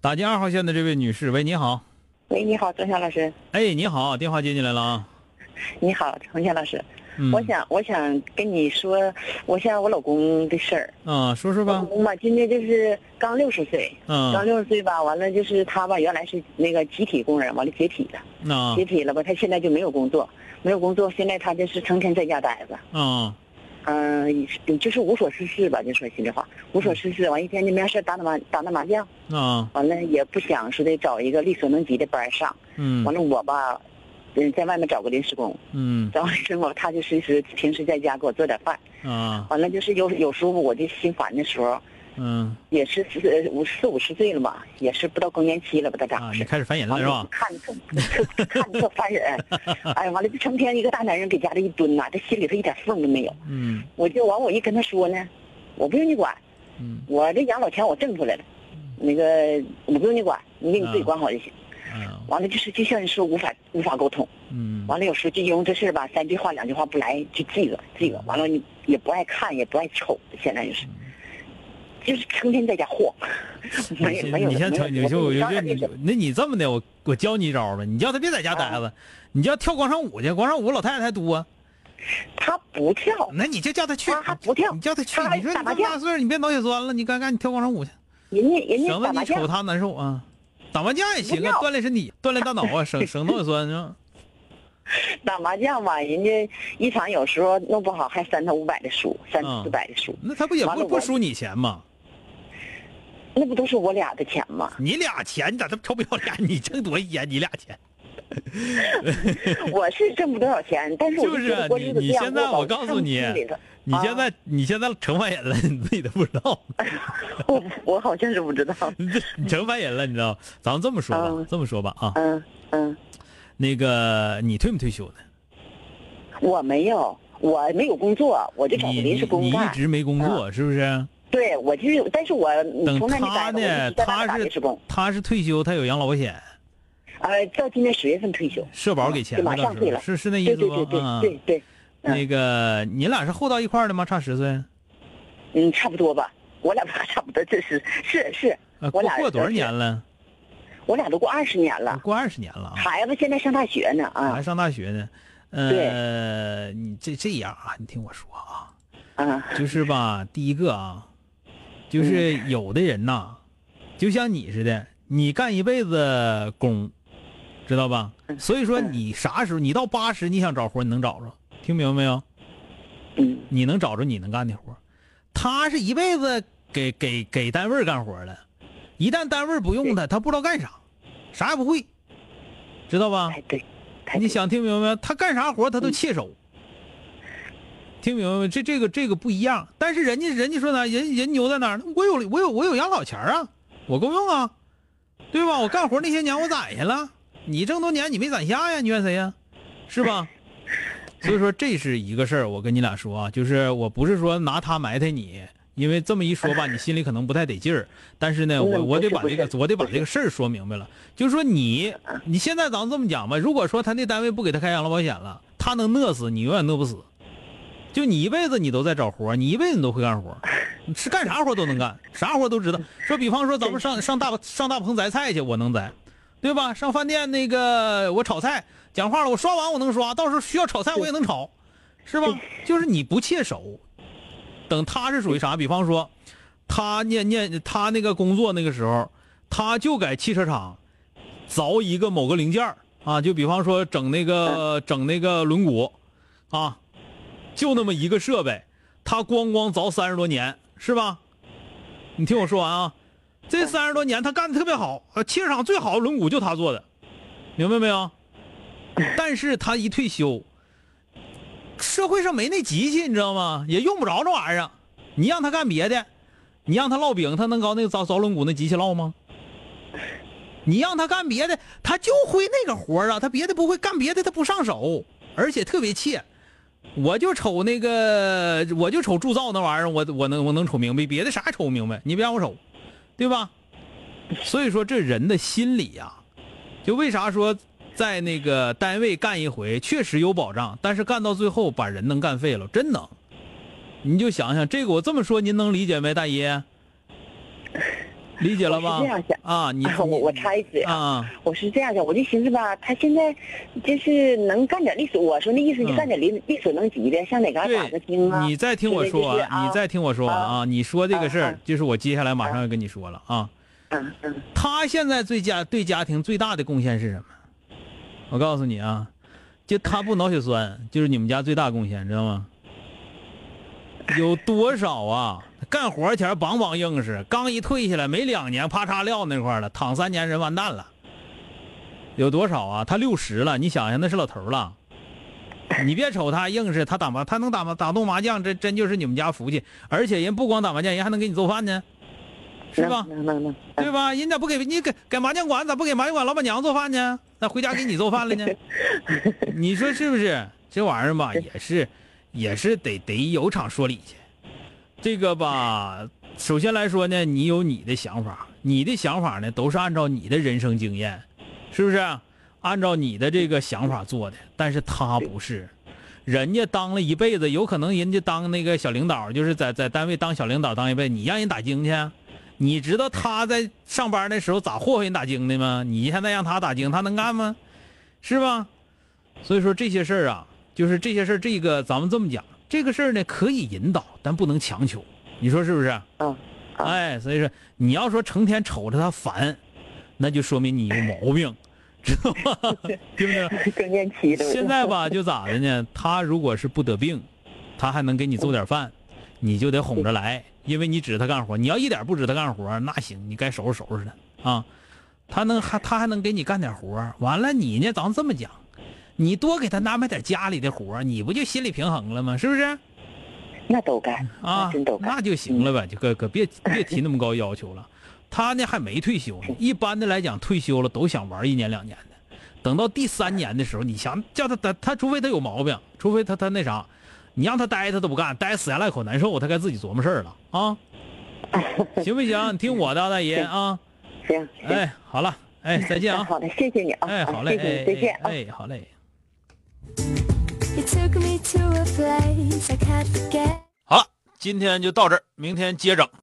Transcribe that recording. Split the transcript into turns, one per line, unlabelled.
打进二号线的这位女士，喂，你好，
喂，你好，郑夏老师，
哎，你好，电话接进来了啊。
你好，程夏老师，
嗯
我想我想跟你说，我想我老公的事儿。
啊，说说
我
吧
老，公吧，今年就是刚六十岁，刚
嗯，
六十岁吧，完了就是他吧，原来是那个集体工人，完了解体了，
那
解体了吧，他现在就没有工作，没有工作，现在他就是成天在家待着，
嗯
嗯、就是无所事事吧，就说心里话，无所事事，完一天就没啥事儿打打麻打打麻将，
那
完了也不想说的找一个力所能及的班儿上，
嗯
完了我吧，嗯，在外面找个临时工，
嗯
然后生活，他就随时平时在家给我做点饭。
啊
完了就是有有时候我就心烦的时候，
嗯
也是四呃五四五十岁了嘛，也是不知道更年期了吧，他咋
啊，
回
你
事？
开始烦人了
完
是吧
了？看着特特看着特烦人，哎，完了就成天一个大男人给家里一蹲呐、这心里头一点缝都没有。
嗯
我就完我一跟他说呢，我不用你管，
嗯
我这养老钱我挣出来了，那个我不用你管，你给你自己管好就行。
嗯
完了就是就像你说无法无法沟通。
嗯，
完了，有时候就因为这事儿吧，三句话两句话不来就记着记
嗯
着。完了，你也不爱看，也不爱瞅，现在就是，就是成天在 家晃，没有没有
你先
没有
成，你就我
我
就
当
觉得
然
你
那种
那你这么的，我我教你一招吧，你叫他别在家待
啊
着，你叫跳广场舞去，广场舞老太太太多，
他不跳，
那你就叫他去，
哦他还不跳
你，叫他去
他，还
你说
打
你
麻
这么大岁数，你别脑血栓了，你该干你跳广场舞去，
人家人家
省得
哎打麻
你瞅
将，
他难受啊。打麻将也行
不
啊，
要
锻炼身体，锻炼大脑啊， 省省脑血栓啊。
打麻将吧，人家一场有时候弄不好还三头五百的输，三
嗯
头四百的输，
那他不也
完
不
了
不
我
输你钱吗？？
那不都是我俩的钱吗
你俩钱，你咋这么臭不要脸？你挣多少钱？你俩钱
我是挣不多少钱，但是我
就是啊
觉得过
你
日子
你
这样
现在
我
我告诉
保证
你
心里头
你
啊
现在、你现在成坏人了，你自己都不知道。
我 我好像是不知道，
你成烦人了，你知道？咱们这么说吧，
嗯
这么说吧啊，
嗯嗯。
那个你退没退休呢？
我没有，我没有工作，我就找个
你
临时
你
工
你一
干。
直没工作、是不是？
对，我就是，但是我
等
从来没
他
干过，我
呢
就，在外
他
面打
是
临时工。
他是退休，他有养老保险，
呃，到今年十月份退休，啊
社保给钱
嗯就
了，
马
到
上
时
退
候
了。
是是那意
对
思吗？
对对
啊
对对对，嗯
那个你俩是后到一块儿的吗？差十岁？
嗯，差不多吧，我俩吧 差不多，这是是是，
呃，
我
过
俩
过多少年了？
我俩都过二十年了，
过二十年了啊，
孩子现在上大学呢
还
啊
上大学呢。呃，你这这样啊，你听我说啊，
啊，
就是吧，第一个啊，就是有的人呐、就像你似的，你干一辈子工，知道吧？所以说你啥时候你到八十，你想找活你能找着，听明白没有？
嗯
你能找着你能干的活。他是一辈子给给给单位干活的，一旦单位不用他，他不知道干啥，啥也不会，知道吧？
哎对，太
啊你
对
想听明白没有？他干啥活他都切手，听明白没？这这个这个不一样。但是人家人家说呢，人人牛在哪儿呢？我有我有我有养老钱儿啊，我够用啊，对吧？我干活那些年我攒下了，你这么多年你没攒下呀，你怨谁呀？是 吧？所以说这是一个事儿，我跟你俩说啊，就是我不是说拿他埋汰你，因为这么一说吧，你心里可能不太得劲儿。但是呢，
嗯
我
不
我得
是
把
不
这个
是
我得把
不
这个事儿说明白了。就是说你你现在咱们这么讲吧，如果说他那单位不给他开养老保险了，他能饿死你，永远饿不死。就你一辈子你都在找活儿，你一辈子你都会干活儿，你是干啥活儿都能干，啥活儿都知道。说比方说咱们上上大上大棚摘菜去，我能摘，对吧？上饭店那个我炒菜，讲话了，我刷碗我能刷，到时候需要炒菜我也能炒，是吧？就是你不切手，等他是属于啥？比方说，他念念他那个工作那个时候，他就在汽车厂凿一个某个零件儿啊，就比方说整那个整那个轮毂，啊，就那么一个设备，他咣咣凿三十多年，是吧？你听我说完啊，这三十多年他干的特别好，呃，汽车厂最好的轮毂就他做的，明白没有？但是他一退休，社会上没那机器，你知道吗？也用不着这玩意儿。你让他干别的，你让他烙饼，他能搞那个凿凿轮毂那机器烙吗？你让他干别的，他就会那个活儿啊，他别的不会，干别的他不上手，而且特别怯。我就瞅那个，我就瞅铸造那玩意儿，我我能我能瞅明白，别的啥也瞅不明白，你别让我瞅，对吧？所以说这人的心理呀、就为啥说在那个单位干一回确实有保障，但是干到最后把人能干废了，真能。你就想想这个，我这么说您能理解没，大爷？理解了吧？
我是这样想哎
啊，你、
我我插一嘴啊
啊，
我是这样的，我就寻思吧，他现在就是能干点力所，我说那意思就
嗯
干点力力所能及的，上哪嘎打个听啊
你。再听我说完，你再听我说完啊！你说这个事
啊
儿
啊，
就是我接下来马上要跟你说了啊。
嗯嗯
他现在最家对家庭最大的贡献是什么？我告诉你啊，就他不脑血栓，就是你们家最大贡献，知道吗？ 有多少啊？干活前梆梆硬实，刚一退下来没两年，啪嚓撂那块儿了，躺三年人完蛋了。有多少啊？他六十了，你想想那是老头儿了。你别瞅他硬实，他打麻他能打麻打动麻将，这真就是你们家福气。而且人不光打麻将，人还能给你做饭呢，是吧？
能能能。
对吧？人咋不给你给给麻将馆咋不给麻将馆老板娘做饭呢？那回家给你做饭了呢？你说是不是？这玩意儿吧，也是，也是得得有场说理去。这个吧，首先来说呢，你有你的想法，你的想法呢都是按照你的人生经验，是不是？按照你的这个想法做的，但是他不是，人家当了一辈子，有可能人家当那个小领导，就是在在单位当小领导当一辈子，你让人打精去啊，你知道他在上班的时候咋霍霍人打精的吗？你现在让他打精，他能干吗？是吧？所以说这些事儿啊，就是这些事儿，这个咱们这么讲，这个事儿呢可以引导，但不能强求，你说是不是？
嗯啊
哎，所以说你要说成天瞅着他烦，那就说明你有毛病，知道吗？对不对？
更年期对不对？
现在吧，就咋的呢？他如果是不得病，他还能给你做点饭，你就得哄着来，因为你指着他干活。你要一点不指着他干活，那行，你该收拾收拾他啊。他能还他还能给你干点活，完了你呢？咱们这么讲，你多给他安排点家里的活，你不就心里平衡了吗？是不是？
那都干
啊
那真都，嗯干。
那就行了呗，就可可 别别提那么高要求了。他呢还没退休呢，一般的来讲，退休了都想玩一年两年的，等到第三年的时候，你想叫他他他，除非他有毛病，除非他他那啥，你让他待他都不干，待死下来口难受，他该自己琢磨事儿了 啊，行不行？你听我的，大爷啊，
行行，
哎，好了，哎，再见
那
啊，
好的，谢谢你啊，
哎，
啊
好嘞，
谢谢你，
哎
再见，啊。
哎，哎好嘞。
You took me to a place I can't forget.
好了，今天就到这儿，明天接整。